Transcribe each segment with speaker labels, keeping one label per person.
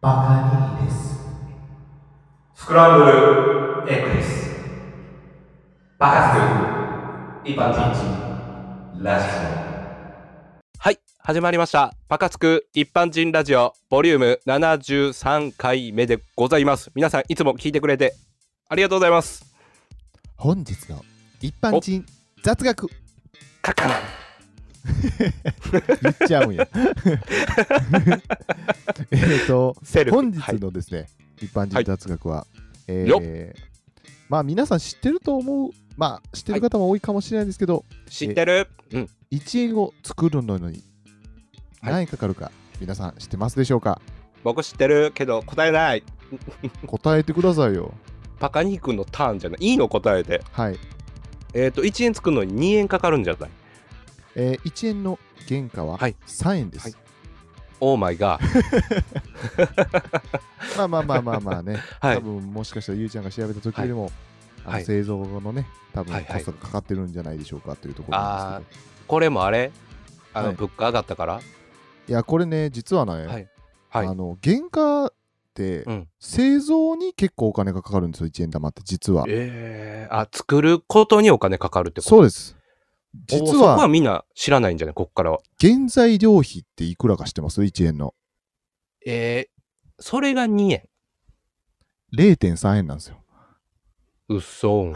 Speaker 1: バカ兄です
Speaker 2: スクランブルエッグです。バカスク、一般人ラジ
Speaker 3: はい、始まりました。パカつく一般人ラジオボリューム73回目でございます。皆さんいつも聞いてくれてありがとうございます。
Speaker 1: 本日の一般人雑学
Speaker 3: カッカン
Speaker 1: 言っちゃうん やえっと
Speaker 3: セルフ。
Speaker 1: 本
Speaker 3: は
Speaker 1: 日
Speaker 3: い
Speaker 1: のですね、一般
Speaker 3: は
Speaker 1: 人
Speaker 3: い
Speaker 1: 雑学は、え
Speaker 3: よ
Speaker 1: ー、まあ皆さん知ってると思うまあ知ってる方も多いかもしれないですけど、
Speaker 3: 知ってる？うん。
Speaker 1: 一円を作るのに
Speaker 3: はい
Speaker 1: 何かかるか、皆さん知ってますでしょうか
Speaker 3: 僕知ってるけど答えない。
Speaker 1: 答えてくださいよ
Speaker 3: パカ兄くんのターンじゃない。いいの答えて。
Speaker 1: はい、
Speaker 3: えっ、と1円作るのに2円かかるんじゃない。
Speaker 1: えー、1円の原価は
Speaker 3: はい
Speaker 1: 3円です、
Speaker 3: はいオーマイガー。
Speaker 1: まあまあまあまあまあね、
Speaker 3: はい。
Speaker 1: 多分もしかしたらゆうちゃんが調べた時よりも、あの
Speaker 3: はい
Speaker 1: 製造のね多分
Speaker 3: はいはい
Speaker 1: コストがかかってるんじゃないでしょうかというところなんですけど、
Speaker 3: これもあれ？あの、
Speaker 1: はい
Speaker 3: 物価上がったから。
Speaker 1: い、やこれね実はね、
Speaker 3: はいはい
Speaker 1: あ。の原価って、
Speaker 3: うん
Speaker 1: 製造に結構お金がかかるんですよ1円玉って実は
Speaker 3: ええー、あ作ることにお金かかるってこと。
Speaker 1: そうです
Speaker 3: お
Speaker 1: 実
Speaker 3: そこは
Speaker 1: は
Speaker 3: みんな知らないんじゃないこっからは。
Speaker 1: 原材料費っていくらかしてます1円の
Speaker 3: えー、それが2円。
Speaker 1: 0.3円なんですよ
Speaker 3: うっそ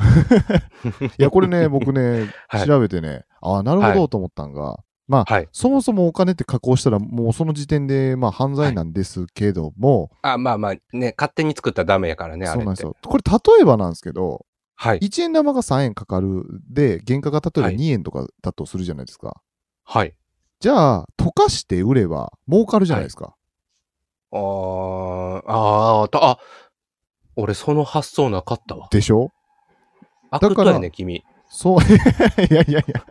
Speaker 1: いやこ れね僕ね、
Speaker 3: はい
Speaker 1: 調べてねああなるほ
Speaker 3: は
Speaker 1: どと思ったんが、まあ、
Speaker 3: はい。
Speaker 1: そもそもお金って加工したらもうその時点でまあ犯罪なんですけども、
Speaker 3: あ、まあまあ、ね、勝手に作ったらダメやからね、あれって。
Speaker 1: そうなんですよこれ例えばなんですけど
Speaker 3: はい。
Speaker 1: 1円玉が3円かかるで原価が例えば
Speaker 3: はい
Speaker 1: 2円とかだとするじゃないですか、
Speaker 3: はい。
Speaker 1: じゃあ溶かして売れば儲かるじゃないですか、
Speaker 3: あー、あーと、あ、俺その発想なかったわ。
Speaker 1: でしょから
Speaker 3: 悪党やね、君。
Speaker 1: そう いやいやいや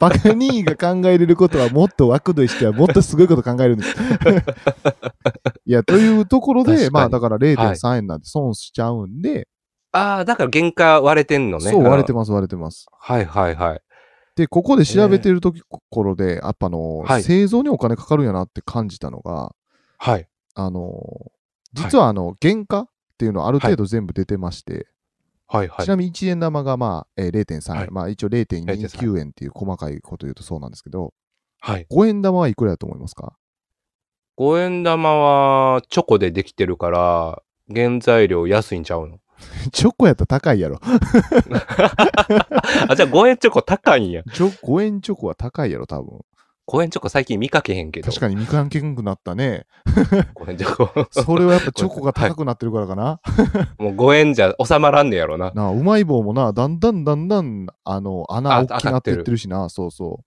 Speaker 1: バカ兄が考えれることはもっと枠としてはもっとすごいこと考えるんです いやというところ
Speaker 3: 確か
Speaker 1: で
Speaker 3: に
Speaker 1: まあだから0.3円なんて損しちゃうんで、
Speaker 3: あー、だから原価割れてんのね。
Speaker 1: そう割れて
Speaker 3: ま
Speaker 1: ます割れてます
Speaker 3: はいはいはい。
Speaker 1: でここで調べてるところで、やっぱあの、
Speaker 3: はい
Speaker 1: 製造にお金かかるんやなって感じたのが
Speaker 3: はい。
Speaker 1: あの実はあの、原価っていうのはある程度全部出てまして、
Speaker 3: はいはい
Speaker 1: ち。なみに1円玉がまあ、えー0.3円、
Speaker 3: はい
Speaker 1: まあ一応0.29円っていう細かいこと言うとそうなんですけど、
Speaker 3: はい。
Speaker 1: 5円玉はいくらだと思いますか
Speaker 3: 五円玉はチョコでできてるから、原材料安いんちゃうの
Speaker 1: チョコやったら高いやろ。
Speaker 3: あ、じゃあ5円チョコ高いんや。
Speaker 1: ちょ5円チョコは高いやろ、多分。
Speaker 3: 5円チョコ最近見かけへんけど。
Speaker 1: 確かにみかんけんくなったね。
Speaker 3: 5円チョコ。
Speaker 1: それは やっぱチョコが高くなってるからかな。
Speaker 3: もう5円じゃ収まらんねやろな。
Speaker 1: なあ、うまい棒もな、だんだんだんだん、あの、
Speaker 3: あ
Speaker 1: 穴大きくなって
Speaker 3: 上がって
Speaker 1: い
Speaker 3: る
Speaker 1: ってるしな、そうそ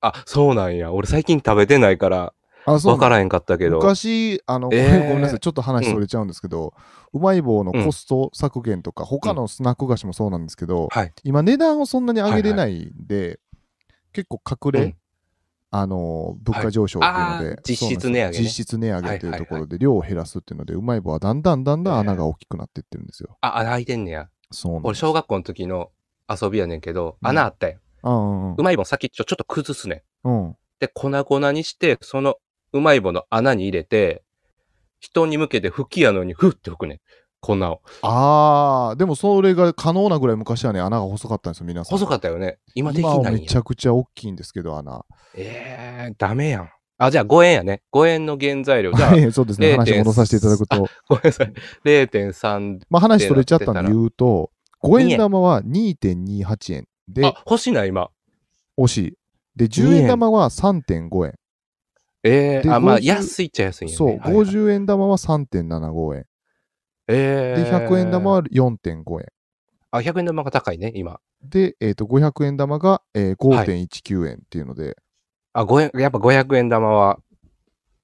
Speaker 3: あ、そうなんや。俺最近食べてないから、
Speaker 1: う。あ、そう
Speaker 3: わ
Speaker 1: な
Speaker 3: か
Speaker 1: ん
Speaker 3: らへんかったけど。
Speaker 1: 昔、あの、
Speaker 3: えー
Speaker 1: ごめんなさい、ちょっと話それちゃうんですけど、うまい棒のコスト削減とか、他のスナック菓子もそうなんですけど、
Speaker 3: はい。
Speaker 1: 今値段をそんなに上げれないんで、結構隠れ、
Speaker 3: うん
Speaker 1: あのー物価上昇っていうので、
Speaker 3: はいあー実質
Speaker 1: そうなんですよ
Speaker 3: 値上げね
Speaker 1: 実質値上げというところで量を減らすっていうので、うまい棒はだんだんだんだん穴が大きくなっていってるんですよ。
Speaker 3: あ、穴開いてんねや。
Speaker 1: そうなん
Speaker 3: 俺、
Speaker 1: です
Speaker 3: 小学校の時の遊びやねんけど、
Speaker 1: うん
Speaker 3: 穴あったやん。
Speaker 1: うんうん
Speaker 3: うまい棒先っちょちょっと崩すねん。
Speaker 1: うんうん
Speaker 3: で、粉々にして、そのうまい棒の穴に入れて、人に向けて吹きやのに、ふって吹くねん。粉を。
Speaker 1: あーでもそれが可能なぐらい昔はね穴が細かったんですよ皆さん
Speaker 3: 細かったよね。今でき
Speaker 1: 今は
Speaker 3: ない
Speaker 1: め
Speaker 3: ん
Speaker 1: ち
Speaker 3: や。
Speaker 1: ゃくちゃ大きいんですけど穴
Speaker 3: えー、ダメやん。あ、じゃあ5円やね。5円の原材料。じゃあ、
Speaker 1: はいそうですね
Speaker 3: 0.3
Speaker 1: 話戻させていただくと
Speaker 3: ごめんなさい。0.3。
Speaker 1: まあ話取れちゃったんで言うと5
Speaker 3: 円
Speaker 1: 円玉は2.28円で
Speaker 3: あ、欲しいな、今。
Speaker 1: 惜しいで10円玉は3.5円
Speaker 3: ええ
Speaker 1: で
Speaker 3: あ、まあ、
Speaker 1: 50
Speaker 3: 安いっちゃ安いんやね。
Speaker 1: そう、
Speaker 3: はいはい
Speaker 1: 50円玉は3.75円。
Speaker 3: ええ
Speaker 1: で、100円玉は4.5円。
Speaker 3: あ、100円玉が高いね、今。
Speaker 1: で、えー、と500円玉が、えー、5.19円っていうので、
Speaker 3: あ、五円、やっぱ500円玉は。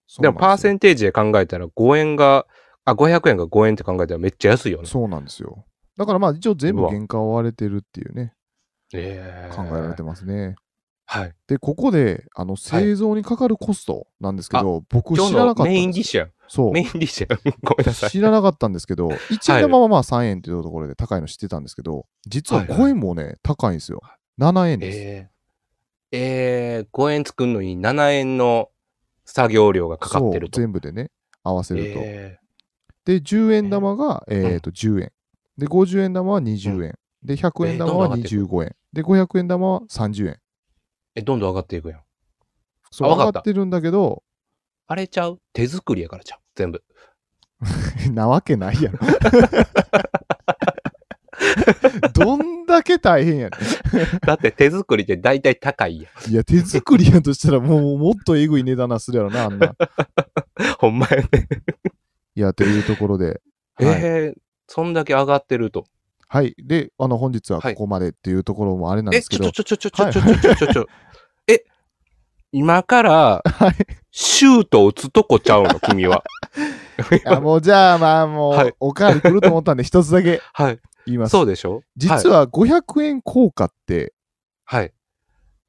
Speaker 1: そう
Speaker 3: で
Speaker 1: なん
Speaker 3: も、パーセ
Speaker 1: ン
Speaker 3: ンテージで考えたら5円が、あ、500円が5円って考えたらめっちゃ安いよね。
Speaker 1: そうなんですよ。だからまあ、一応全
Speaker 3: う
Speaker 1: 部
Speaker 3: わ
Speaker 1: 原価を割れてるっていうね、
Speaker 3: ええ
Speaker 1: 考えられてますね。
Speaker 3: はい。
Speaker 1: で、ここで、あの、製造にかかるコストなんですけど、僕
Speaker 3: 今
Speaker 1: 知
Speaker 3: 日
Speaker 1: ら
Speaker 3: の
Speaker 1: なかったん
Speaker 3: メイン
Speaker 1: で
Speaker 3: ディッ
Speaker 1: す。
Speaker 3: シュやん。
Speaker 1: そう
Speaker 3: メイン。ディッシュや ん。ごめんなさい。
Speaker 1: 知らなかったんですけど、1円玉はまあ3円っていうところで高いの知ってたんですけど、実は
Speaker 3: はいはい
Speaker 1: 5円もね、高いんですよ。7円です。
Speaker 3: ええええ5円作るのに7円の作業量がかかってる
Speaker 1: そう
Speaker 3: と。
Speaker 1: 全部でね。合わせると。
Speaker 3: え
Speaker 1: で、10円玉が、えーと10円。で、50円玉は20円。で、100円玉は25円。で、500円玉は30円。
Speaker 3: え、どんどん上がっていくやん。
Speaker 1: そう、
Speaker 3: あわか
Speaker 1: 上
Speaker 3: った
Speaker 1: がってるんだけど、
Speaker 3: あれちゃう手作りやからちゃう。全部。
Speaker 1: なわけな いやろ。どんだけ大変やね
Speaker 3: だって手作りって大体高いや
Speaker 1: ん。いや、手作りやとしたらもうもっとえぐい値段なするやろな、あんな。
Speaker 3: ん。ほんまやね。
Speaker 1: いや、というところで。
Speaker 3: え
Speaker 1: はい
Speaker 3: ーそんだけ上がってると。
Speaker 1: はい。で、あの、本日は
Speaker 3: は
Speaker 1: こ
Speaker 3: い
Speaker 1: こまでっていうところもあれなん
Speaker 3: え、
Speaker 1: です
Speaker 3: ち
Speaker 1: け
Speaker 3: ょ
Speaker 1: ど。
Speaker 3: ちょちょちょちょちょちょちょちょちょ。 え、今から
Speaker 1: はい。
Speaker 3: シュート打つとこちゃうの君 は。
Speaker 1: あもう、じゃあ、まあ、もう、
Speaker 3: はい
Speaker 1: おかわり来ると思ったんで、一つだけ
Speaker 3: はい。
Speaker 1: 言います。
Speaker 3: そうでしょ
Speaker 1: 実
Speaker 3: は
Speaker 1: は500円硬貨って、
Speaker 3: い。はい。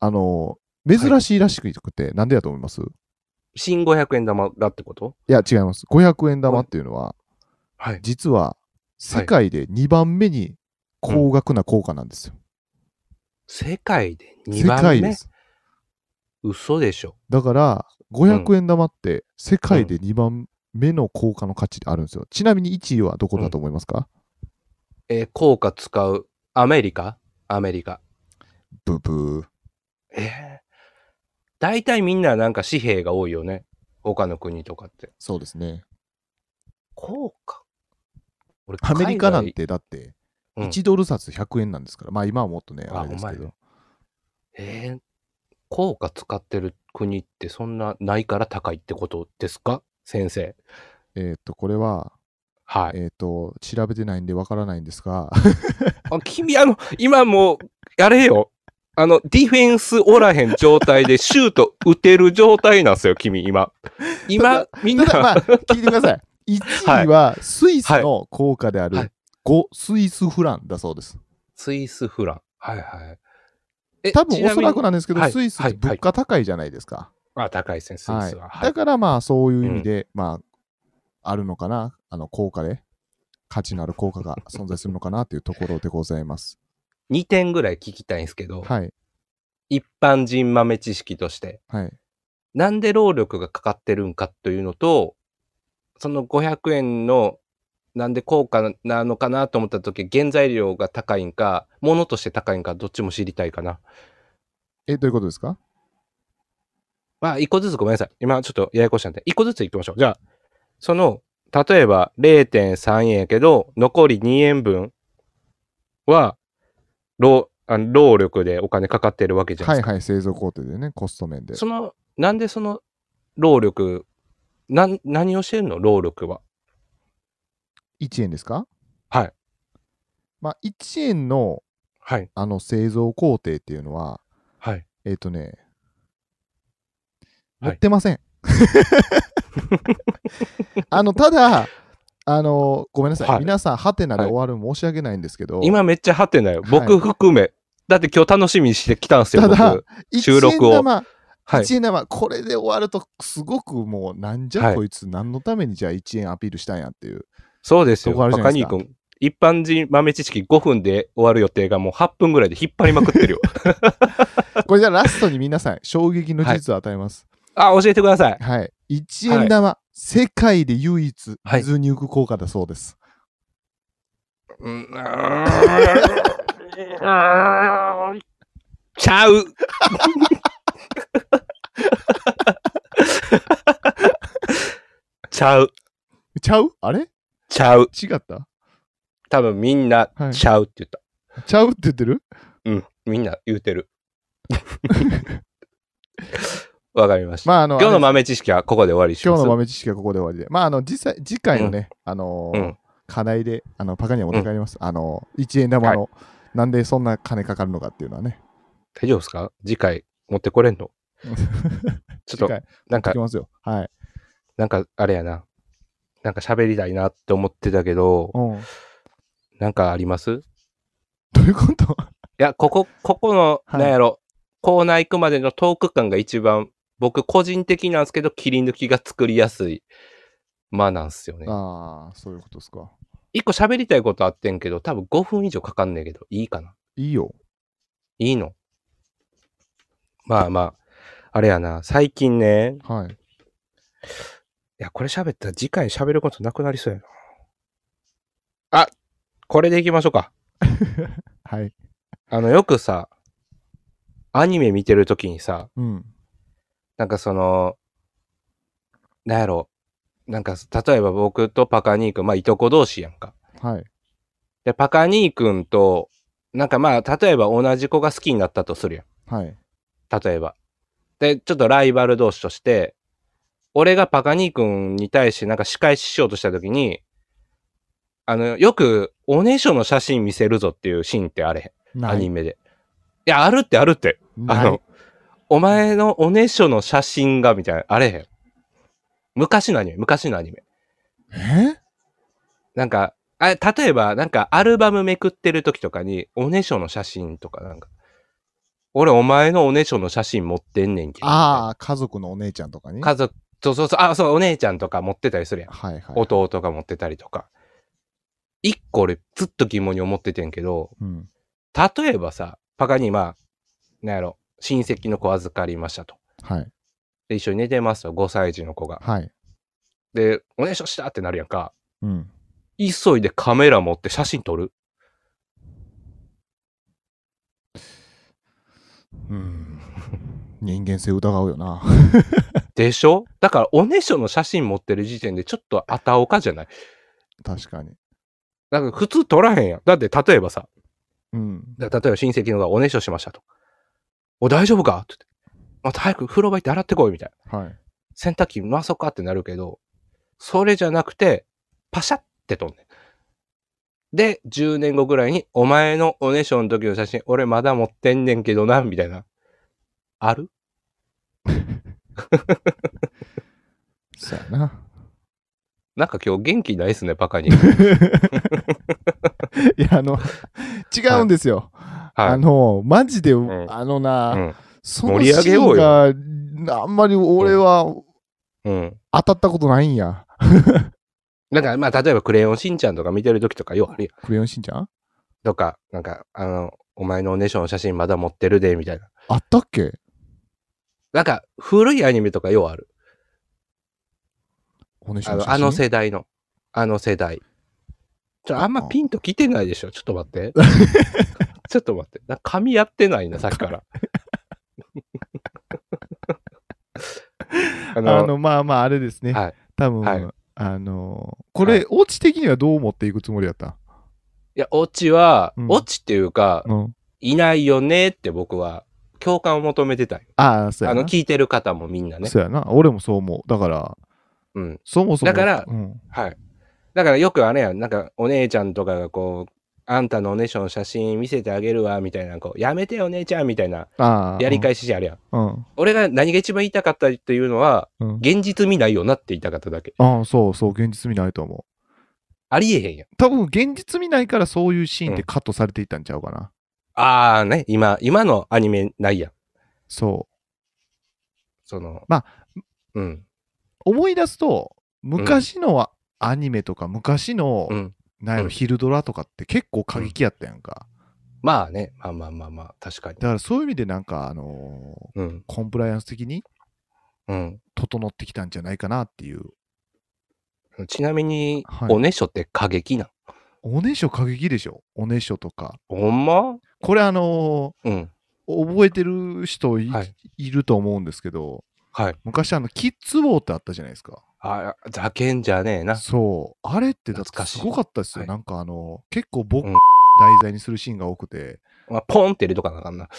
Speaker 1: あの、珍しいらしくて、なんでやと思いますい
Speaker 3: 新500円玉がってこと
Speaker 1: や、違います。500円玉っていうのは、
Speaker 3: はい。
Speaker 1: 実は、世界で2番目に高額な硬貨なんですよ。
Speaker 3: 世界で2
Speaker 1: 世
Speaker 3: 番目。
Speaker 1: 界です。
Speaker 3: 嘘でしょ。
Speaker 1: だから、500円玉って、世界で2番目の硬貨の価値であるんですよ。ちなみに1位はどこだと思いますか、
Speaker 3: えー効果使う。アメリカアメリカ。
Speaker 1: ブブー。
Speaker 3: えー、大体みんななんか紙幣が多いよね。他の国とかって。
Speaker 1: そうですね。
Speaker 3: 効果俺
Speaker 1: アメリカなん
Speaker 3: 海
Speaker 1: て、だって、
Speaker 3: 外うん
Speaker 1: 1ドル札100円なんですから、まあ今はもっとね、
Speaker 3: あ
Speaker 1: あれですけ
Speaker 3: ほんま
Speaker 1: ど。
Speaker 3: えー、効果使ってる国ってそんなないから高いってことですか先生。
Speaker 1: えーっと、これは、
Speaker 3: はい。
Speaker 1: えーっと、調べてないんでわからないんですが、
Speaker 3: あ君、あの、今もう、やれよ。あの、ディフェンスおらへん状態でシュート打てる状態なんですよ、君、今。今、みんな、
Speaker 1: ただまあ、聞いてください。1位は、スイスの硬貨で
Speaker 3: は
Speaker 1: あ
Speaker 3: い
Speaker 1: る、5スイスフランだそうです。
Speaker 3: スイスフラン。はいはい。え
Speaker 1: 多分おそらくなんですけど、
Speaker 3: はい
Speaker 1: スイスって物価高いじゃないですか。
Speaker 3: あ、高いですね、スイ
Speaker 1: はい
Speaker 3: スは。。はい
Speaker 1: だからまあ、そういう意味で、まあ、あるのかな、あの、効果で、価値のある効果が存在するのかなというところでございます。
Speaker 3: 2点ぐらい聞きたいんですけど、
Speaker 1: はい。
Speaker 3: 一般人豆知識として、
Speaker 1: はい。
Speaker 3: なんで労力がかかってるんかというのと、その500円の、なんで効果なのかなと思った時、原材料が高いんか、物として高いんか、どっちも知りたいかな。
Speaker 1: え、どういうことですか
Speaker 3: まあ、一個ずつごめんなさい。今ちょっとややこしなんで、一個ずつ行きましょう。じゃあ、その、例えば0.3円やけど、残り2円分は、労あの労力でお金かかってるわけじゃな
Speaker 1: はい
Speaker 3: で
Speaker 1: い
Speaker 3: すか。
Speaker 1: はい、製造工程でね、コスト面で。
Speaker 3: その、なんでその、労力、なん、何をしてんの労力は。
Speaker 1: 1円ですか
Speaker 3: はい。
Speaker 1: まあ、1円の、
Speaker 3: はい。
Speaker 1: あの、製造工程っていうのは、
Speaker 3: はい。
Speaker 1: えっ、とね、
Speaker 3: はい
Speaker 1: 持ってません。 あの、ただ、あの、ごめんなさい。
Speaker 3: はい
Speaker 1: 皆さん、ハテナで終わるの申し訳ないんですけど、
Speaker 3: 今めっちゃハテナよ。
Speaker 1: は
Speaker 3: 僕
Speaker 1: い
Speaker 3: 含め。だって今日楽しみにしてきたんですよ、
Speaker 1: ただ
Speaker 3: 僕。
Speaker 1: 1
Speaker 3: 収
Speaker 1: 円
Speaker 3: 録を
Speaker 1: 玉、
Speaker 3: はい。
Speaker 1: 1円玉、これで終わると、すごくもう、なんじ
Speaker 3: は
Speaker 1: ゃ
Speaker 3: い
Speaker 1: こいつ、何のためにじゃあ1円アピールしたんやっていう。
Speaker 3: そうですよ。
Speaker 1: そこあるじ
Speaker 3: バカ
Speaker 1: ゃないで
Speaker 3: ニ
Speaker 1: す
Speaker 3: ー
Speaker 1: か
Speaker 3: 君。一般人豆知識5分で終わる予定がもう8分ぐらいで引っ張りまくってる よ。
Speaker 1: これじゃあラストに皆さん、衝撃の事実を与えます。
Speaker 3: あ、教えてください。
Speaker 1: はい。1円玉、世界で唯一、
Speaker 3: はい
Speaker 1: 水に浮く効果だそうです。
Speaker 3: ちゃ う。ちゃう。
Speaker 1: ちゃうあれ
Speaker 3: ちゃう。
Speaker 1: 違った
Speaker 3: 多分みんな
Speaker 1: は、い
Speaker 3: ちゃうって言った。
Speaker 1: ちゃうって言ってる
Speaker 3: うん。みんな言うて る。わかりました。
Speaker 1: まあ、あの、
Speaker 3: 今日の
Speaker 1: あれ
Speaker 3: 豆知識はここで終わりにし
Speaker 1: 今
Speaker 3: ま
Speaker 1: 日
Speaker 3: す。
Speaker 1: の豆知識はここで終わりで。まあ、あの、実際、次回のね、あのー
Speaker 3: うん
Speaker 1: 課題で、あの、パカには持って帰ります。あの、1円玉の、なんでそんな金かかるのかっていうのはね。
Speaker 3: 大丈夫ですか次回持ってこれんのちょ
Speaker 1: 次
Speaker 3: っと、
Speaker 1: 回、
Speaker 3: なん
Speaker 1: 行
Speaker 3: か
Speaker 1: き、ますよ。はい。
Speaker 3: なんか、あれやな。なんか喋りたいなって思ってたけど、
Speaker 1: うん。
Speaker 3: なんかあります
Speaker 1: どういうこと
Speaker 3: いや、ここ、ここの、
Speaker 1: はい
Speaker 3: なんやろ、コーナー行くまでのトーク感が一番、僕個人的なんですけど、切り抜きが作りやすい間なんすよね。
Speaker 1: ああ、そういうことですか。
Speaker 3: 一個喋りたいことあってんけど、多分5分以上かかんねんけど、いいかな。
Speaker 1: いいよ。
Speaker 3: いいの。まあまあ、あれやな、最近ね、
Speaker 1: はい。
Speaker 3: や、これ喋ったら次回喋ることなくなりそうやな。あ、これでいきましょうか。
Speaker 1: はい。
Speaker 3: あの、よくさ、アニメ見てるときにさ、
Speaker 1: うん。
Speaker 3: なんかその、なんやろ、なんか、例えば僕とパカ兄くん、まあ、いとこ同士やんか。
Speaker 1: はい。
Speaker 3: で、パカ兄くんと、なんかまあ、例えば同じ子が好きになったとするやん。
Speaker 1: はい。
Speaker 3: 例えば。で、ちょっとライバル同士として、俺がパカニー君に対してなんか仕返ししようとしたときに、あの、よくおねしょの写真見せるぞっていうシーンってあれへん。
Speaker 1: な
Speaker 3: ア
Speaker 1: い
Speaker 3: ニメで。いや、あるってあるって。あ
Speaker 1: ない
Speaker 3: の、お前のおねしょの写真がみたいな、あれへん。昔のアニメ、昔のアニメ。
Speaker 1: え
Speaker 3: なんか、あ例えば、なんかアルバムめくってる時とかに、おねしょの写真とかなんか、俺お前のおねしょの写真持ってんねんけど。
Speaker 1: ああ、家族のお姉ちゃんとかに
Speaker 3: 家族とそうそうあそうお姉ちゃんとか持ってたりするやん、
Speaker 1: はいはい。
Speaker 3: 弟が持ってたりとか一個俺ずっと疑問に思っててんけど
Speaker 1: うん。
Speaker 3: 例えばさパカにまあなんやろ親戚の子預かりましたと
Speaker 1: はい。
Speaker 3: で一緒に寝てますと5歳児の子が
Speaker 1: はい。
Speaker 3: でおねしょしたってなるやんか
Speaker 1: うん。
Speaker 3: 急いでカメラ持って写真撮る
Speaker 1: うん。人間性疑うよな。
Speaker 3: でしょだからおねしょの写真持ってる時点でちょっとあたおかじゃない
Speaker 1: 確かに。
Speaker 3: なんか普通撮らへんやんだって例えばさ
Speaker 1: うん。
Speaker 3: だから例えば親戚の子がおねしょしましたと。お、大丈夫かって言って。また早く風呂場行って洗ってこいみたいな。
Speaker 1: はい。
Speaker 3: 洗濯機回そうかってなるけど、それじゃなくて、パシャって飛んで。で、10年後ぐらいに、お前のおねしょの時の写真、俺まだ持ってんねんけどな、みたいな。ある
Speaker 1: そうやな。
Speaker 3: なんか今日元気ないっすね、パカに。
Speaker 1: いや、あの、違うんですよ。あ
Speaker 3: はい。
Speaker 1: の、マジで、
Speaker 3: ん
Speaker 1: あのな、
Speaker 3: うん
Speaker 1: その
Speaker 3: 盛り上げようよ
Speaker 1: シーンがあんまり俺は
Speaker 3: うん。
Speaker 1: 当たったことないんや。
Speaker 3: なんか、まあ、例えば、クレヨンしんちゃんとか見てる時とか、ようあるやん。
Speaker 1: クレヨンしんちゃん
Speaker 3: とか、なんか、あの、お前のおねしょの写真まだ持ってるで、みたいな。
Speaker 1: あったっけ
Speaker 3: なんか、古いアニメとかようある。
Speaker 1: おねしょ
Speaker 3: あ
Speaker 1: の写
Speaker 3: の
Speaker 1: 真
Speaker 3: あの世代の。あの世代。ちょ、あんまピンと来てないでしょ。ちょっと待 って。ちょっと待って。なんか噛み合ってないな、さっき から。あの
Speaker 1: あの、まあまあ、あれですね。
Speaker 3: はい
Speaker 1: 多分、
Speaker 3: はい
Speaker 1: あのーこ
Speaker 3: は
Speaker 1: れ、
Speaker 3: い
Speaker 1: オチ的にはどう持っていくつもりだった
Speaker 3: いや、オチは、
Speaker 1: うん
Speaker 3: オチっていうか、
Speaker 1: うん。
Speaker 3: いないよねって僕は、共感を求めてたよ。
Speaker 1: ああ、そう
Speaker 3: あ
Speaker 1: やな。
Speaker 3: の、聞いてる方もみんなね。
Speaker 1: そうやな。俺もそう思う。だから、
Speaker 3: うん。
Speaker 1: そもそも。
Speaker 3: だから
Speaker 1: うん、
Speaker 3: はい。だからよくあれやん、なんかお姉ちゃんとかがこう、あんたのおねしょの写真見せてあげるわ、みたいな、こう、やめてよ、姉ちゃん、みたいな、
Speaker 1: ああ。
Speaker 3: やり返しじゃあるやん。
Speaker 1: うん。
Speaker 3: 俺が何が一番言いたかったっていうのは、
Speaker 1: うん。うん、
Speaker 3: 現実見ないよなって言いたかっただけ。
Speaker 1: ああ、そうそう、現実味ないと思う。
Speaker 3: ありえへんやん。
Speaker 1: 多分、現実味ないからそういうシーンってカットされていったんちゃうかな。
Speaker 3: あーね、今、今のアニメないやん。
Speaker 1: そう。
Speaker 3: その、
Speaker 1: ま
Speaker 3: あ、うん、
Speaker 1: 思い出すと昔のはアニメとか昔の、
Speaker 3: うん。
Speaker 1: なんや
Speaker 3: う
Speaker 1: ろ
Speaker 3: ん
Speaker 1: 昼ドラとかって結構過激やったやんか、
Speaker 3: まあね、まあまあまあまあ、確かに。
Speaker 1: だからそういう意味でなんかあのー
Speaker 3: うん、
Speaker 1: コンプライアンス的に
Speaker 3: うん。
Speaker 1: 整ってきたんじゃないかなっていう
Speaker 3: ちなみに、
Speaker 1: はい
Speaker 3: おねしょって過激な。
Speaker 1: おねしょ過激でしょおねしょとか
Speaker 3: ほんま
Speaker 1: これあの
Speaker 3: うん。
Speaker 1: ー覚えてる人い,、
Speaker 3: はい
Speaker 1: ると思うんですけど
Speaker 3: はい。
Speaker 1: 昔あのキッズウォーってあったじゃないですか
Speaker 3: あー、ざけんじゃねえな。
Speaker 1: そうあれってだって
Speaker 3: 懐かしい
Speaker 1: すごかったですよ、
Speaker 3: はい
Speaker 1: なんかあのー結構僕、
Speaker 3: うん
Speaker 1: 題材にするシーンが多くて
Speaker 3: まあ、ポンって入れとかなあかん な。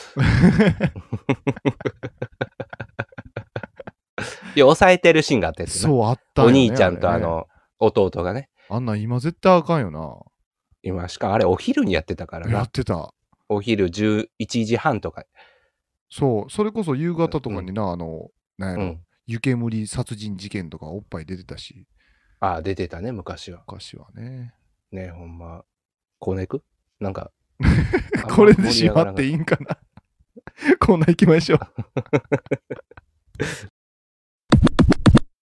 Speaker 3: いや、抑えてるシーンがあったやつな
Speaker 1: そうあったよ
Speaker 3: お
Speaker 1: ね
Speaker 3: 兄ちゃんと
Speaker 1: れ
Speaker 3: あ
Speaker 1: ね
Speaker 3: の、弟がね。
Speaker 1: あんなん今絶対あかんよな
Speaker 3: 今、しかもあれお昼にやってたから
Speaker 1: や
Speaker 3: な
Speaker 1: っ。てた。
Speaker 3: お昼11時半とか。
Speaker 1: そう、それこそ夕方とかにな、あの、なんや
Speaker 3: う
Speaker 1: ろ、
Speaker 3: ん。
Speaker 1: 湯煙殺人事件とかおっぱい出てたし、
Speaker 3: ああ、出てたね、昔は。
Speaker 1: 昔はね。。
Speaker 3: ねほんま。こねくなんか
Speaker 1: これでしまって
Speaker 3: い
Speaker 1: いいんかな。 こんな行きましょ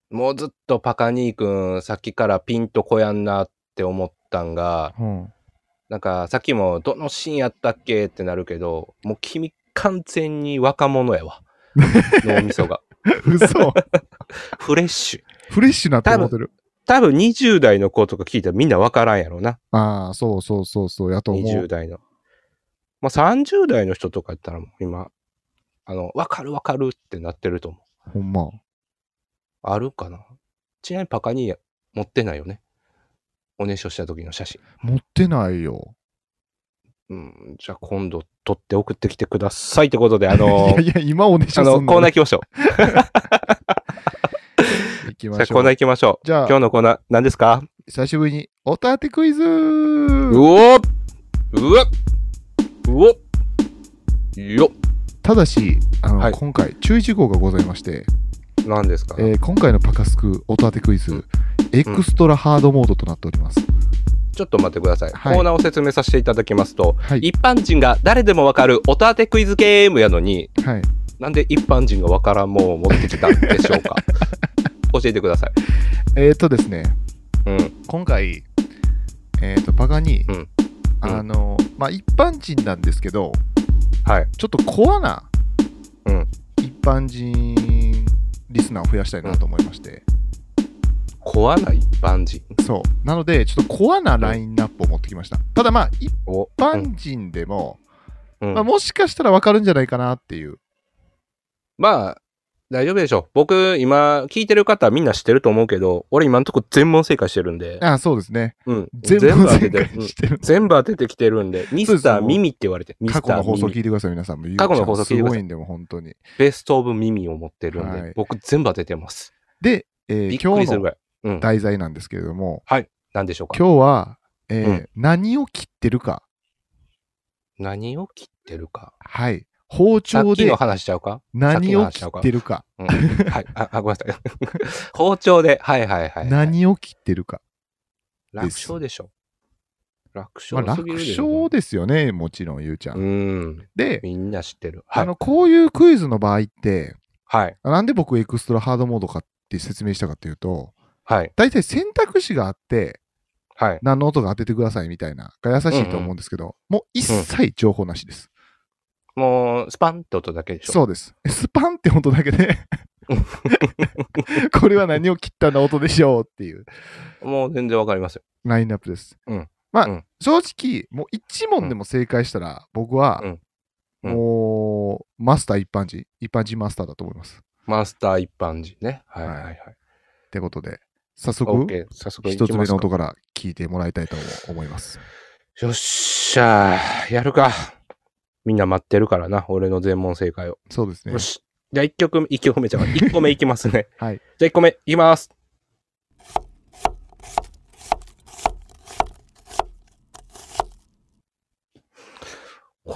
Speaker 1: う。
Speaker 3: もうずっとパカ兄くん、さっきからピンとこやんなって思ったんが、
Speaker 1: うん、
Speaker 3: なんかさっきもどのシーンやったっけってなるけど、もう君完 全に若者やわ。脳みそが。
Speaker 1: 嘘
Speaker 3: フレッシ
Speaker 1: フレッシュなって思ってる。
Speaker 3: 多分20代の子とか聞いたらみんなわからんやろうな。
Speaker 1: ああ、そうそうそうそう、やと思
Speaker 3: 20
Speaker 1: う。
Speaker 3: 代の。まあ30代の人とかやったらもう今、あの、わかるわかるってなってると思う。
Speaker 1: ほんま。
Speaker 3: あるかなちなみにパカニーヤ持ってないよね。おねしょした時の写真。
Speaker 1: 持ってないよ。
Speaker 3: うん、じゃあ今度撮って送ってきてくださいってことで、あの
Speaker 1: いやいや、今おねし
Speaker 3: あ
Speaker 1: ょ
Speaker 3: の
Speaker 1: す
Speaker 3: コ
Speaker 1: ん
Speaker 3: ーナー
Speaker 1: の
Speaker 3: 行きましょう。
Speaker 1: 行き
Speaker 3: じ
Speaker 1: ま
Speaker 3: ゃあ
Speaker 1: し
Speaker 3: コ
Speaker 1: ょ
Speaker 3: ーナー
Speaker 1: う。
Speaker 3: 行きましょう。
Speaker 1: じゃ
Speaker 3: 今日
Speaker 1: あ、
Speaker 3: のコーナー何ですか
Speaker 1: 久しぶりに、おたてクイズ
Speaker 3: うおっうわっうおっよった
Speaker 1: だし、あの、
Speaker 3: はい
Speaker 1: 今回、注意事項がございまして、
Speaker 3: 何ですか、
Speaker 1: えー今回のパカスクおたてクイズ、
Speaker 3: うん
Speaker 1: エクストラハードモードとなっております。
Speaker 3: ちょっと待ってください。
Speaker 1: はい
Speaker 3: コーナーを説明させていただきますと、
Speaker 1: はい。
Speaker 3: 一般人が誰でもわかるおたてクイズゲームやのに、
Speaker 1: はい。
Speaker 3: なんで一般人がわからんもんを持ってきたんでしょう か教えてください。
Speaker 1: えっ、ー、とですね、
Speaker 3: うん。
Speaker 1: 今回、えっ、と、パカに、
Speaker 3: うんうん
Speaker 1: あの、まあ、一般人なんですけど、
Speaker 3: はい。
Speaker 1: ちょっとコアな、
Speaker 3: うん
Speaker 1: 一般人リスナーを増やしたいなと思いまして、
Speaker 3: 怖ない一般人。
Speaker 1: そう。なので、ちょっとコアなラインナップを持ってきました。ただまあ、一
Speaker 3: お
Speaker 1: 般人でも、
Speaker 3: うん
Speaker 1: まあ、もしかしたらわかるんじゃないかなっていう。
Speaker 3: まあ、大丈夫でしょう。僕、今、聞いてる方みんな知ってると思うけど、俺今のとこ全問正解してるんで、
Speaker 1: ああ、そうですね。
Speaker 3: うん。
Speaker 1: 全部
Speaker 3: 当
Speaker 1: 正
Speaker 3: ててる。う
Speaker 1: 解
Speaker 3: ん
Speaker 1: してる。
Speaker 3: 全部当ててきてるんで、ミ
Speaker 1: そ
Speaker 3: ス
Speaker 1: うです
Speaker 3: ター
Speaker 1: もう
Speaker 3: ミミって言われてる、ミス
Speaker 1: 過去
Speaker 3: タ
Speaker 1: の放
Speaker 3: ー
Speaker 1: 送
Speaker 3: ミ
Speaker 1: 聞い
Speaker 3: ミ。
Speaker 1: てください、皆さんも。ゆう
Speaker 3: 過去の放送聞いてください
Speaker 1: ちゃんすごいんで、もう本当に。
Speaker 3: ベストオブミミを持ってるんで、
Speaker 1: はい
Speaker 3: 僕全部当ててます。
Speaker 1: で、えー
Speaker 3: びっく
Speaker 1: 今
Speaker 3: り
Speaker 1: 日
Speaker 3: するぐ
Speaker 1: の
Speaker 3: らい。うん。
Speaker 1: 題材なんですけれども、
Speaker 3: 何でしょうか。
Speaker 1: 今日は、えー
Speaker 3: うん
Speaker 1: 何を切ってるか。
Speaker 3: 何を切ってるか。
Speaker 1: はい。包
Speaker 3: さっ
Speaker 1: 丁
Speaker 3: きの
Speaker 1: で
Speaker 3: 話しちゃうか
Speaker 1: 何を切ってるか。
Speaker 3: うんはい。あ、あごめんなさい。 包丁で。はいはいはい。
Speaker 1: 何を切ってるか。
Speaker 3: 楽勝でしょ。楽
Speaker 1: まあ、
Speaker 3: 勝す
Speaker 1: 楽
Speaker 3: ぎるでしょ。
Speaker 1: 勝ですよね、もちろん、ゆうちゃん。
Speaker 3: うん。
Speaker 1: で、
Speaker 3: みんな知ってる。は
Speaker 1: あ
Speaker 3: い。
Speaker 1: の、こういうクイズの場合って、
Speaker 3: はい。
Speaker 1: なんで僕エクストラハードモードかって説明したかっていうと、
Speaker 3: はい。
Speaker 1: 大体選択肢があって、
Speaker 3: はい。
Speaker 1: 何の音が当ててくださいみたいな、が優しいと思うんですけど、もう一切情報なしです。
Speaker 3: もう、スパンって音だけでしょ。
Speaker 1: そうです。スパンって音だ けで、これは何を切ったんだ音でしょうっていう
Speaker 3: もう全然わかりますよ。
Speaker 1: ラインナップです。
Speaker 3: うん
Speaker 1: まあ、
Speaker 3: うん
Speaker 1: 正直、もう一問でも正解したら、僕は、
Speaker 3: うんうん
Speaker 1: もう、マスター一般人、一般人マスターだと思います。
Speaker 3: マスター一般人ね。はいは
Speaker 1: はいい
Speaker 3: はい。
Speaker 1: ってことで、早
Speaker 3: オ
Speaker 1: 速
Speaker 3: ッ、ケー。早速行
Speaker 1: 一
Speaker 3: き
Speaker 1: つ目
Speaker 3: ます
Speaker 1: の
Speaker 3: か
Speaker 1: 音から聞いてもらいたいと思います。
Speaker 3: よっしゃー。やるか。みんな待ってるからな。俺の全問正解を。
Speaker 1: そうですね
Speaker 3: よ。し。じゃあ1曲目、1曲目じゃん。1個目い きますね。
Speaker 1: はい。
Speaker 3: じゃあ1個目いきます。ほー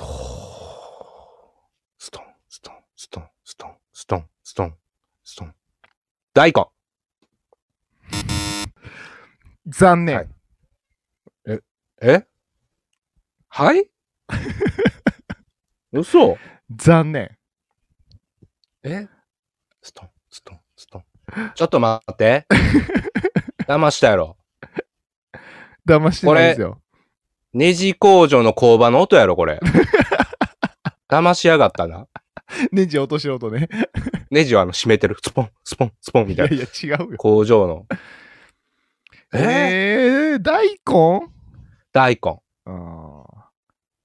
Speaker 3: ストン、ストン、ストン、ストン、ストン、ストン、ストン。大根。
Speaker 1: 残念。
Speaker 3: はいえはい 嘘
Speaker 1: 残念。
Speaker 3: えストン、ストン、ス トン。ちょっと待って。騙したやろ。
Speaker 1: 騙してないですよ。
Speaker 3: ネジ工場の工場の音やろ、 これ。騙しやがったな。
Speaker 1: ネジ落としろとね。
Speaker 3: ネジはあの閉めてる。スポン、スポン、スポンみ
Speaker 1: い
Speaker 3: た
Speaker 1: や
Speaker 3: い
Speaker 1: い
Speaker 3: な。
Speaker 1: や、違うよ。
Speaker 3: 工場の。えー、
Speaker 1: えー、大根
Speaker 3: 大根。
Speaker 1: あ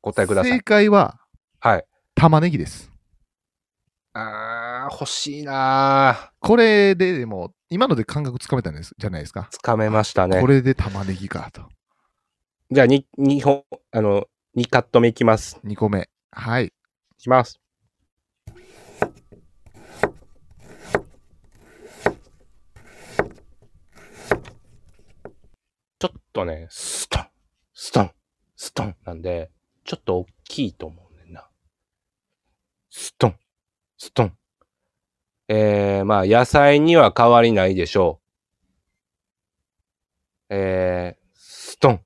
Speaker 3: 答えくだ
Speaker 1: ー
Speaker 3: さ
Speaker 1: 正
Speaker 3: い。
Speaker 1: 解は、
Speaker 3: はい。
Speaker 1: 玉ねぎです。
Speaker 3: あー、欲しいな
Speaker 1: これで、でも、今ので感覚つかめたんですじゃないですか。
Speaker 3: ー。つかめましたね
Speaker 1: こ。れで玉ねぎかと。
Speaker 3: じゃあ、に、に本、あの、2カット目いきます。
Speaker 1: 2個目。はい。
Speaker 3: いきます。ちょっとね、ストン、ストン、ストンなんで、ちょっと大きいと思うねんな。ストン、ストン。えー、まあ、野菜には変わりないでしょう。えー、ストン、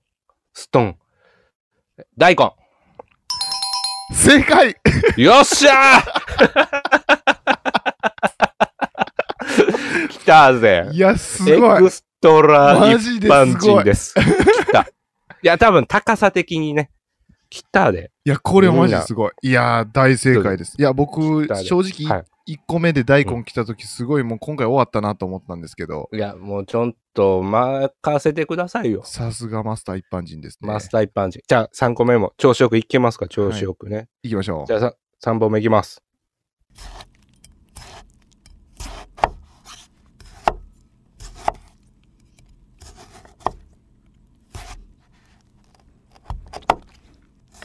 Speaker 3: ストン。大根。
Speaker 1: 正解
Speaker 3: よっしゃ ー来たぜ
Speaker 1: いや、す
Speaker 3: エ
Speaker 1: ごい
Speaker 3: ク。ストラ
Speaker 1: マ
Speaker 3: 一
Speaker 1: ジです
Speaker 3: 般
Speaker 1: ご
Speaker 3: 人
Speaker 1: い。い
Speaker 3: です。来た。いや、多分高さ的にね、来たで。
Speaker 1: や、これはマジですごい。いやー、大正解です。いや、僕、
Speaker 3: 来たで
Speaker 1: 正直
Speaker 3: はい、
Speaker 1: 1個目で大根来た時すごいもう今回終わったなと思ったんですけど、
Speaker 3: いや、もうちょっと任せてくださいよ。
Speaker 1: さすがマスター一般人ですね。
Speaker 3: マスター一般人。じゃあ3個目も。調子よくいけますか調子よくね。
Speaker 1: 行きましょ
Speaker 3: じゃあさ3本目いきます。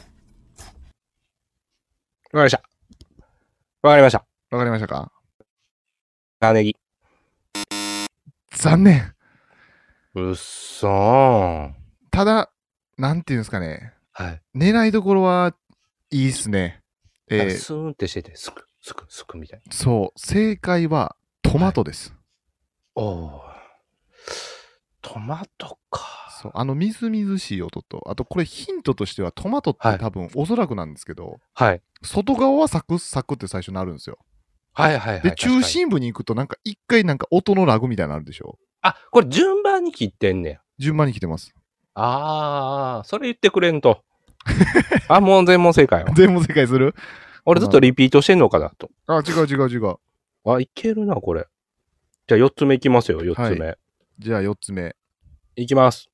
Speaker 3: わかりました。わかりました。
Speaker 1: う。わかりましたか
Speaker 3: 長ネギ。
Speaker 1: 残念。
Speaker 3: うっそー。
Speaker 1: ただ、なんていうんですかね。
Speaker 3: はい。
Speaker 1: 狙いどころはいいっすね。
Speaker 3: なん
Speaker 1: え
Speaker 3: か
Speaker 1: ー
Speaker 3: スーンってしてて、すく、すく、すくみたいな。
Speaker 1: そう、正解はトマトです。
Speaker 3: おお。トマトか。
Speaker 1: そうあのみずみずしい音と、あとこれヒントとしてはトマトって
Speaker 3: はい
Speaker 1: 多分おそらくなんですけど、
Speaker 3: はい。
Speaker 1: 外側はサクッサクって最初なるんですよ。
Speaker 3: はいはいはい。
Speaker 1: で、
Speaker 3: 確か
Speaker 1: 中
Speaker 3: に
Speaker 1: 心部に行くとなんか一回なんか音のラグみたいなのあるでしょ。
Speaker 3: あ、これ順番に切ってんねや。
Speaker 1: 順番に来てます。
Speaker 3: ああ、それ言ってくれんと。あ、もう全問正解 よ。
Speaker 1: 全問正解する
Speaker 3: 俺ずっとリピートしてんのかなと。
Speaker 1: あ、違う違う違う。
Speaker 3: あ、いけるな、これ。じゃあ4つ目いきますよ、4つ目。
Speaker 1: じゃあ4つ目。
Speaker 3: いきます。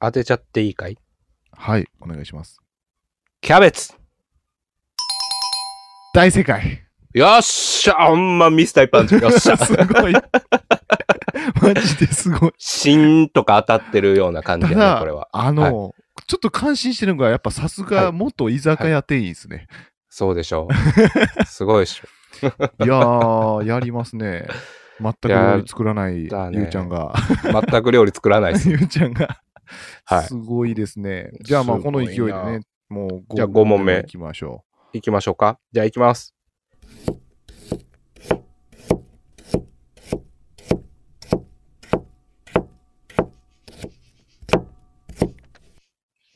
Speaker 3: 当てちゃっていいかい
Speaker 1: はい、お願いします。
Speaker 3: キャベツ
Speaker 1: 大正解
Speaker 3: よっしゃほんまミスタイパンチよっし
Speaker 1: す
Speaker 3: ゃ
Speaker 1: ごいマジですごい。
Speaker 3: シーンとか当たってるような感じ
Speaker 1: た
Speaker 3: やね、これ
Speaker 1: だ
Speaker 3: は、。
Speaker 1: あの、ちょっと感心してるのが、やっぱさす
Speaker 3: は
Speaker 1: が
Speaker 3: い
Speaker 1: 元居酒屋店員ですね。
Speaker 3: そうでしょう。すごいっしょ。
Speaker 1: い、や ー、やりますね。全く料理作らない、
Speaker 3: だね
Speaker 1: ゆうちゃんが。
Speaker 3: 全く料理作らないです。
Speaker 1: ゆうちゃんが、
Speaker 3: はい
Speaker 1: すごいですね。じゃあまあ、
Speaker 3: す
Speaker 1: こ
Speaker 3: ご
Speaker 1: の
Speaker 3: い
Speaker 1: 勢
Speaker 3: ない
Speaker 1: でね、もう
Speaker 3: じゃあ五問目
Speaker 1: いきましょ
Speaker 3: いきましょうか。じゃあいきます。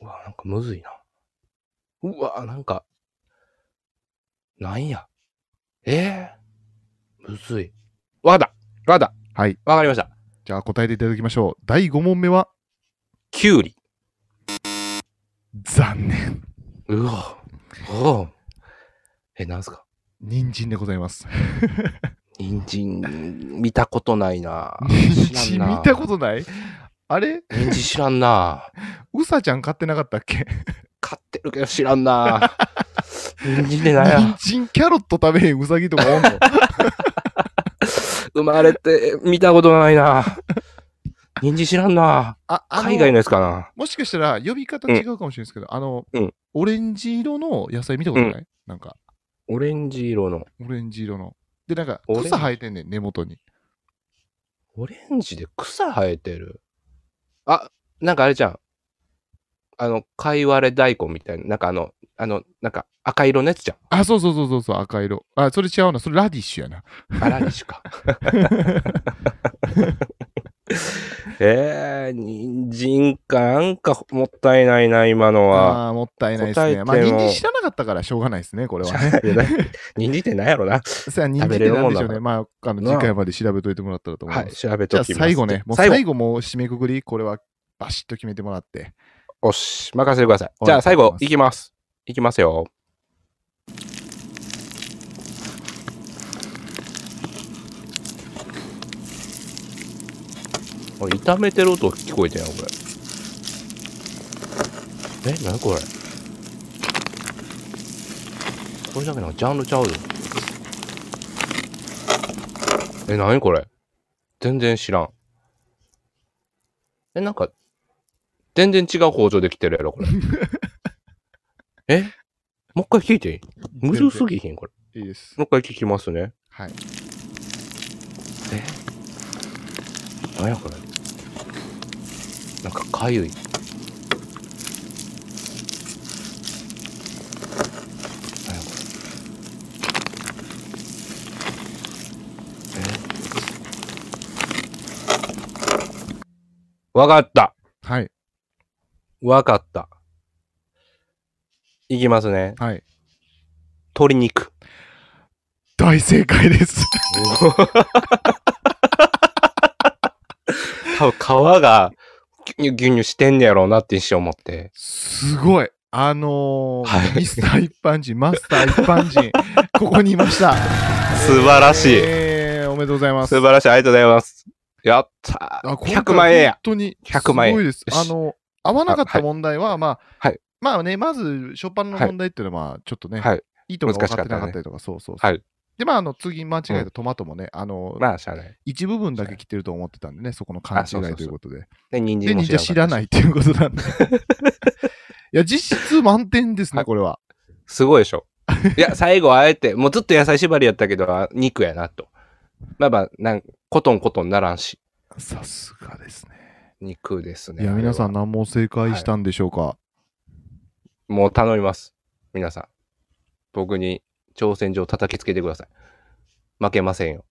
Speaker 3: うわ、なんかむずいな。うわ、なんか、なんや。えー、むずい。わかった。わかった。
Speaker 1: はい。
Speaker 3: わかりました。
Speaker 1: う。じゃあ答えていただきましょう。第5問目は、
Speaker 3: きゅうり。
Speaker 1: 残念。
Speaker 3: うわ。おうえ、なんすか
Speaker 1: 人参でございます。。
Speaker 3: 人参、見たことないな
Speaker 1: 人
Speaker 3: 知
Speaker 1: 参
Speaker 3: らんな
Speaker 1: 見たことないあれ
Speaker 3: 人参知らんな。
Speaker 1: うさちゃん買ってなかったっけ
Speaker 3: 買ってるけど知らん な。人参でなん
Speaker 1: 人
Speaker 3: や。
Speaker 1: 参キャロット食べへんうさぎとかおんの
Speaker 3: 生まれて見たことないな。人参知らんな。
Speaker 1: ああ
Speaker 3: 海外のやつかな。
Speaker 1: もしかしたら呼び方違うかもしれないですけど、あの、
Speaker 3: うん
Speaker 1: オレンジ色の野菜見たことない、なんか、
Speaker 3: オレンジ色の。
Speaker 1: オレンジ色の。で、なんか、
Speaker 3: オレンジ
Speaker 1: 草生えてんねん、根元に。
Speaker 3: オレンジで草生えてる。あ、なんかあれじゃん。あの、貝割れ大根みたいな。なんかあの、あの、なんか赤色のやつじゃ
Speaker 1: あ、そうそうそうそうそう、赤色。あ、それ違うな、それラディッシュやな。
Speaker 3: ん。アラニシか。 えー、人参か。なんかもったいないな、今のは。
Speaker 1: ああー、もったいないです
Speaker 3: 答えて
Speaker 1: ね。
Speaker 3: も
Speaker 1: まあ、人参知らなかったからしょうがないです ね、これはね。
Speaker 3: 人参ってなんやろな。
Speaker 1: さあ、人参っ
Speaker 3: 食べ
Speaker 1: て
Speaker 3: れる
Speaker 1: なん
Speaker 3: もん
Speaker 1: で
Speaker 3: だか
Speaker 1: しょう
Speaker 3: ら
Speaker 1: ね。まあ、あの
Speaker 3: なあ
Speaker 1: 次回まで調べといてもらったらと思い
Speaker 3: は
Speaker 1: ま
Speaker 3: い、
Speaker 1: す。
Speaker 3: 調べ
Speaker 1: じゃ
Speaker 3: と
Speaker 1: あ、
Speaker 3: きます。
Speaker 1: 最後ね、もう
Speaker 3: 最後
Speaker 1: 最。後もう締めくくり、これはバシッと決めてもらって。
Speaker 3: おし、任せてください。
Speaker 1: お
Speaker 3: じゃ
Speaker 1: 願い
Speaker 3: あ最
Speaker 1: し
Speaker 3: 後
Speaker 1: ま、す
Speaker 3: いきます。いきますよ。あ炒めてる音聞こえてんやこれ。え、なにこれこれだけなんかジャンルちゃうよ。え、なにこれ全然知らん。え、なんか、全然違う包丁できてるやろ、これ。えもう一回聞いていいむずすぎひん、これ。
Speaker 1: いいです。
Speaker 3: もう一回聞きますね。
Speaker 1: はい。
Speaker 3: え何やこれなんかかゆい。何やこれえわかった
Speaker 1: はい。
Speaker 3: わかった。いきますね。
Speaker 1: はい。
Speaker 3: 鶏肉。
Speaker 1: 大正解です。
Speaker 3: 多分皮がギュニュギュニュしてんねやろうなって一瞬思って。
Speaker 1: すごい。あのー
Speaker 3: はい
Speaker 1: ミスター一般人、マスター一般人、ここにいました。
Speaker 3: 素晴らしい。
Speaker 1: えーおめでとうございます。
Speaker 3: 素晴らしい。ありがとうございます。やった
Speaker 1: あ
Speaker 3: ー。
Speaker 1: 今回
Speaker 3: 100万円や
Speaker 1: 本。当に
Speaker 3: 100万円
Speaker 1: すごいです。
Speaker 3: よし
Speaker 1: あの、合わなかっ
Speaker 3: あは
Speaker 1: た
Speaker 3: い
Speaker 1: 問題は、まあ、
Speaker 3: はい
Speaker 1: まあね、まず、初版の問題っていうのは、まあちょっとね、
Speaker 3: はい。
Speaker 1: い、いとこが分
Speaker 3: 難し
Speaker 1: かっ
Speaker 3: か
Speaker 1: て
Speaker 3: ったね
Speaker 1: なかったりとか、そうそうそう
Speaker 3: はい
Speaker 1: で、まあ、あの、次間違えたトマトもね、あの、
Speaker 3: まあ、しゃあない。
Speaker 1: 一部分だけ切ってると思ってたんでね、そこの勘違いということで。
Speaker 3: で、人
Speaker 1: で、
Speaker 3: 参も。
Speaker 1: 忍者知らないいっていうこ となんで。いや、実質満点ですね、
Speaker 3: はい
Speaker 1: これは。
Speaker 3: すごいでしょ。いや、最後あえて、もうずっと野菜縛りやったけど、あ肉やなと。まあまあ、なんコトンコトンならんし。
Speaker 1: さすがですね。
Speaker 3: 肉ですね。
Speaker 1: いや、皆さ
Speaker 3: あ
Speaker 1: ん
Speaker 3: れは
Speaker 1: 何問正解したんでしょうか、
Speaker 3: もう頼みます。皆さん。僕に挑戦状叩きつけてください。負けませんよ。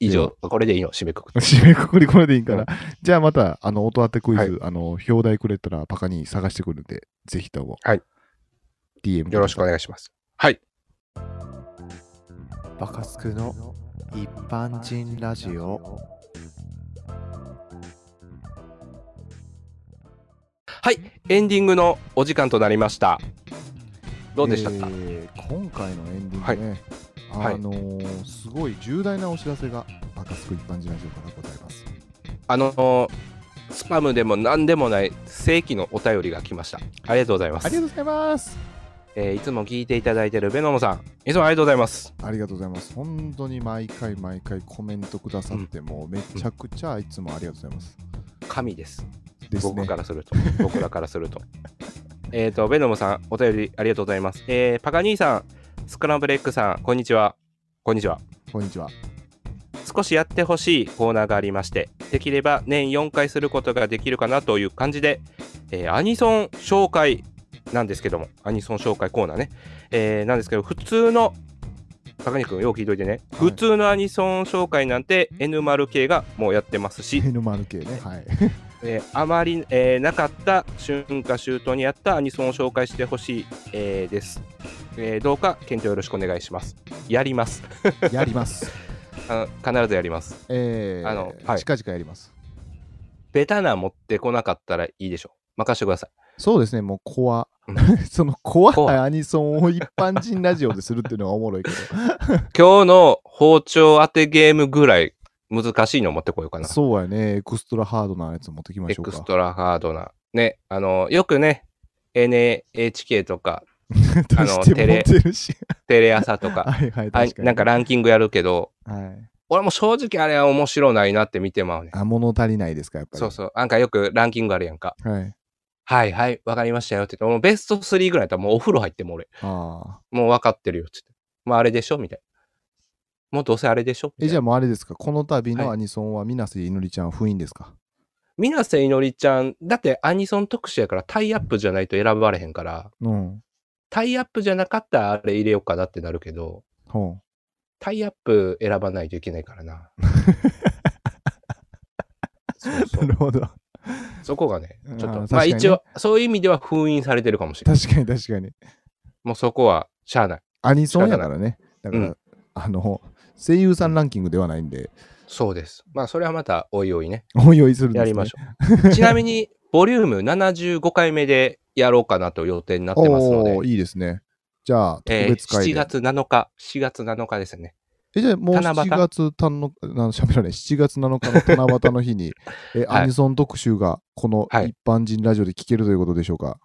Speaker 3: 以上、これでいいの、締めくくって。
Speaker 1: 締めくくりこれでいいか
Speaker 3: う
Speaker 1: ら
Speaker 3: ん。
Speaker 1: じゃあまた、あの、音当てクイズ、
Speaker 3: はい
Speaker 1: あの、表題くれたらパカに探してくるんで、ぜひとも。
Speaker 3: はい。
Speaker 1: DM
Speaker 3: よろしくお
Speaker 1: ね。
Speaker 3: 願いします。はい。
Speaker 4: バカスクの一般人ラジオ
Speaker 3: はい。エンディングのお時間となりました。どうでしたか、
Speaker 1: えー今回のエンディングね、
Speaker 3: はい
Speaker 1: あのーすごい重大なお知らせが、バカスク一般人ラジオからございます。
Speaker 3: あのスパムでも何でもない正規のお便りが来ました。ありがとうございま
Speaker 1: あ
Speaker 3: す
Speaker 1: りが。とうございます。
Speaker 3: えーいつも聞いていただいてるベノムさん、いつもありがとうございます。
Speaker 1: ありがとうございます。本当に毎回毎回コメントくださって、もうめちゃくちゃいつもありがとうございます。
Speaker 3: 神です。
Speaker 1: です
Speaker 3: 僕
Speaker 1: ね
Speaker 3: か。らすると。 僕らからすると。えっと、ベノムさん、お便りありがとうございます。えーパカ兄さん、スクランブレックさん、こんにちは。こんにちは。
Speaker 1: こんにちは。
Speaker 3: 少しやってほしいコーナーがありまして、できれば年4回することができるかなという感じで、えーアニソン紹介なんですけども、アニソン紹介コーナーね、えーなんですけど、普通の、高木君、よう聞いといてね、
Speaker 1: はい
Speaker 3: 普通のアニソン紹介なんて N 丸系がもうやってますし、
Speaker 1: N0K ね。 はい。
Speaker 3: えーあまり、えーなかった春夏秋冬にあったアニソンを紹介してほしい、えーです、えーどうか検討よろしくお願いします。やります。
Speaker 1: やります。
Speaker 3: あの必ずやります。
Speaker 1: えー、
Speaker 3: あのはい
Speaker 1: 近々やります。
Speaker 3: ベタな持ってこなかったらいいでしょう。任してください。
Speaker 1: そうですね、もう怖
Speaker 3: う。
Speaker 1: その怖
Speaker 3: コ
Speaker 1: い
Speaker 3: ア
Speaker 1: アニソンを一般人ラジオでするっていうのはおもろい け
Speaker 3: 今日の包丁当てゲームぐらい難しいの持ってこようか
Speaker 1: ど。
Speaker 3: な。
Speaker 1: そうやね、エクストラハードなやつ持ってきま
Speaker 3: エ
Speaker 1: しょう
Speaker 3: クス
Speaker 1: か。
Speaker 3: トラハードな。ね、あの、よくね、NHK とか、
Speaker 1: 出して持ってるし。
Speaker 3: テレ朝とか、
Speaker 1: はいはい、
Speaker 3: あ
Speaker 1: 確かに。
Speaker 3: なんかランキングやるけど、
Speaker 1: はい。
Speaker 3: 俺も正直あれは面白ないなって見てまうね。
Speaker 1: あ、物足りないですか、やっぱり。
Speaker 3: そうそう。なんかよくランキングあるやんか。
Speaker 1: はい。
Speaker 3: はいはい、わかりましたよって言って、もうベスト3ぐらいだったらもうお風呂入っても俺、
Speaker 1: ああ。
Speaker 3: もう分かってるよって言って。もうあれでしょみたいな。もうどうせあれでしょみたい
Speaker 1: え、
Speaker 3: な
Speaker 1: じゃあもうあれですか、この度の
Speaker 3: は
Speaker 1: アニソンは、水瀬いのりちゃんは封印ですか。
Speaker 3: 水瀬いのりちゃん、だってアニソン特集やからタイアップじゃないと選ばれへんから、
Speaker 1: うん。
Speaker 3: タイアップじゃなかったらあれ入れようかなってなるけど、
Speaker 1: ほ
Speaker 3: タイアップ選ばないといけないから な。そう
Speaker 1: う。
Speaker 3: そ
Speaker 1: なる
Speaker 3: う
Speaker 1: ほど。
Speaker 3: そこがね、ちょっと、
Speaker 1: あー確か
Speaker 3: まあ
Speaker 1: にね
Speaker 3: 一応、そういう意味では封印されてるかもしれない。
Speaker 1: 確かに確かに。
Speaker 3: もうそこはしゃあない。
Speaker 1: アニソンやからね。だから、
Speaker 3: うん
Speaker 1: あの、声優さんランキングではないんで、
Speaker 3: そうです。まあそれはまたおいおいね、
Speaker 1: おいおいするんです、
Speaker 3: や
Speaker 1: ね。
Speaker 3: りましょ う。ちなみに、ボリューム75回目でやろうかなと予定になってますの
Speaker 1: おー
Speaker 3: で、
Speaker 1: いいですね。じゃあ、
Speaker 3: え
Speaker 1: 特
Speaker 3: ー
Speaker 1: 別会で。
Speaker 3: 7月7日、7月7日ですね。
Speaker 1: え、じゃあもう
Speaker 3: 七夕
Speaker 1: 7月たの、な喋らない、7月7日の七夕の日 に、え、
Speaker 3: はい
Speaker 1: アニソン特集が、この
Speaker 3: はい
Speaker 1: 一般人ラジオで聞けるということでしょうか。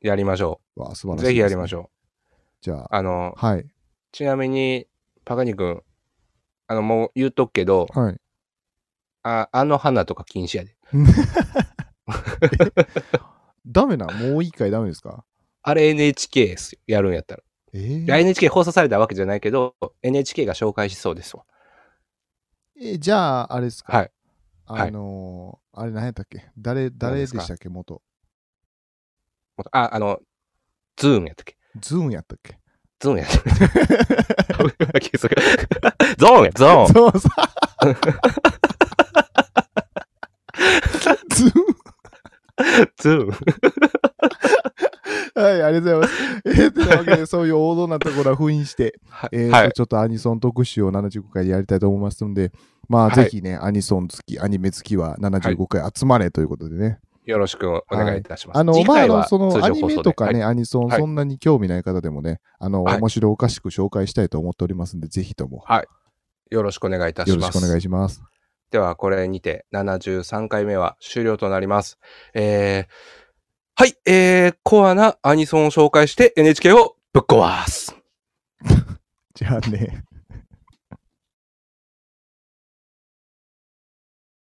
Speaker 3: やりましょ
Speaker 1: わあ素
Speaker 3: う。
Speaker 1: 晴らしい、
Speaker 3: ぜひやりまし
Speaker 1: ょう。
Speaker 3: ょう。
Speaker 1: じゃあ、
Speaker 3: あの、
Speaker 1: はい。
Speaker 3: ちなみに、パガニ君、あの、もう言うとくけど、
Speaker 1: はい。
Speaker 3: ああの花とか禁止やで。
Speaker 1: ダメな、もう一回ダメですか
Speaker 3: あれ NHK ですよやるんやったら。
Speaker 1: え
Speaker 3: い
Speaker 1: ー
Speaker 3: や NHK 放送されたわけじゃないけど、NHK が紹介しそうですわ。
Speaker 1: えじゃあ、あれですか
Speaker 3: はい。はい
Speaker 1: あのーあれ何やったっけ誰、誰でしたっけ元。
Speaker 3: もっとあ、あの、ズームやったっけ
Speaker 1: ズーンやったっけ
Speaker 3: ズ ームやったっけ検索ゾーンや、ゾーン。
Speaker 1: そうそう。 ズーン
Speaker 3: ズーム。
Speaker 1: はい、ありがとうご ざいます。えー、というわけで、そういう王道なところは封印して、
Speaker 3: は
Speaker 1: えー
Speaker 3: い。はい
Speaker 1: ちょっとアニソン特集を75回でやりたいと思いますので、まあ、
Speaker 3: はい
Speaker 1: ぜひね、アニソン好き、アニメ好きは75回集まれということでね。
Speaker 3: よろしくお願いいたします。
Speaker 1: あの、
Speaker 3: 次
Speaker 1: まあ、あ
Speaker 3: 回
Speaker 1: の、
Speaker 3: は
Speaker 1: そ
Speaker 3: 通
Speaker 1: の、
Speaker 3: 常
Speaker 1: アニ
Speaker 3: 放
Speaker 1: メ
Speaker 3: 送
Speaker 1: と
Speaker 3: で
Speaker 1: か
Speaker 3: は
Speaker 1: ね、
Speaker 3: い
Speaker 1: アニソン、
Speaker 3: はい
Speaker 1: そんなに興味ない方でもね、あの、
Speaker 3: はい
Speaker 1: 面白おかしく紹介したいと思っておりますんで、ぜひとも、
Speaker 3: よろしくお願いいた
Speaker 1: よ
Speaker 3: し
Speaker 1: ろし
Speaker 3: ま
Speaker 1: くお願
Speaker 3: す
Speaker 1: い。します。
Speaker 3: では、これにて73回目は終了となります。えー、はい、えー、コアなアニソンを紹介して NHK をぶっ壊す。
Speaker 1: じゃあね。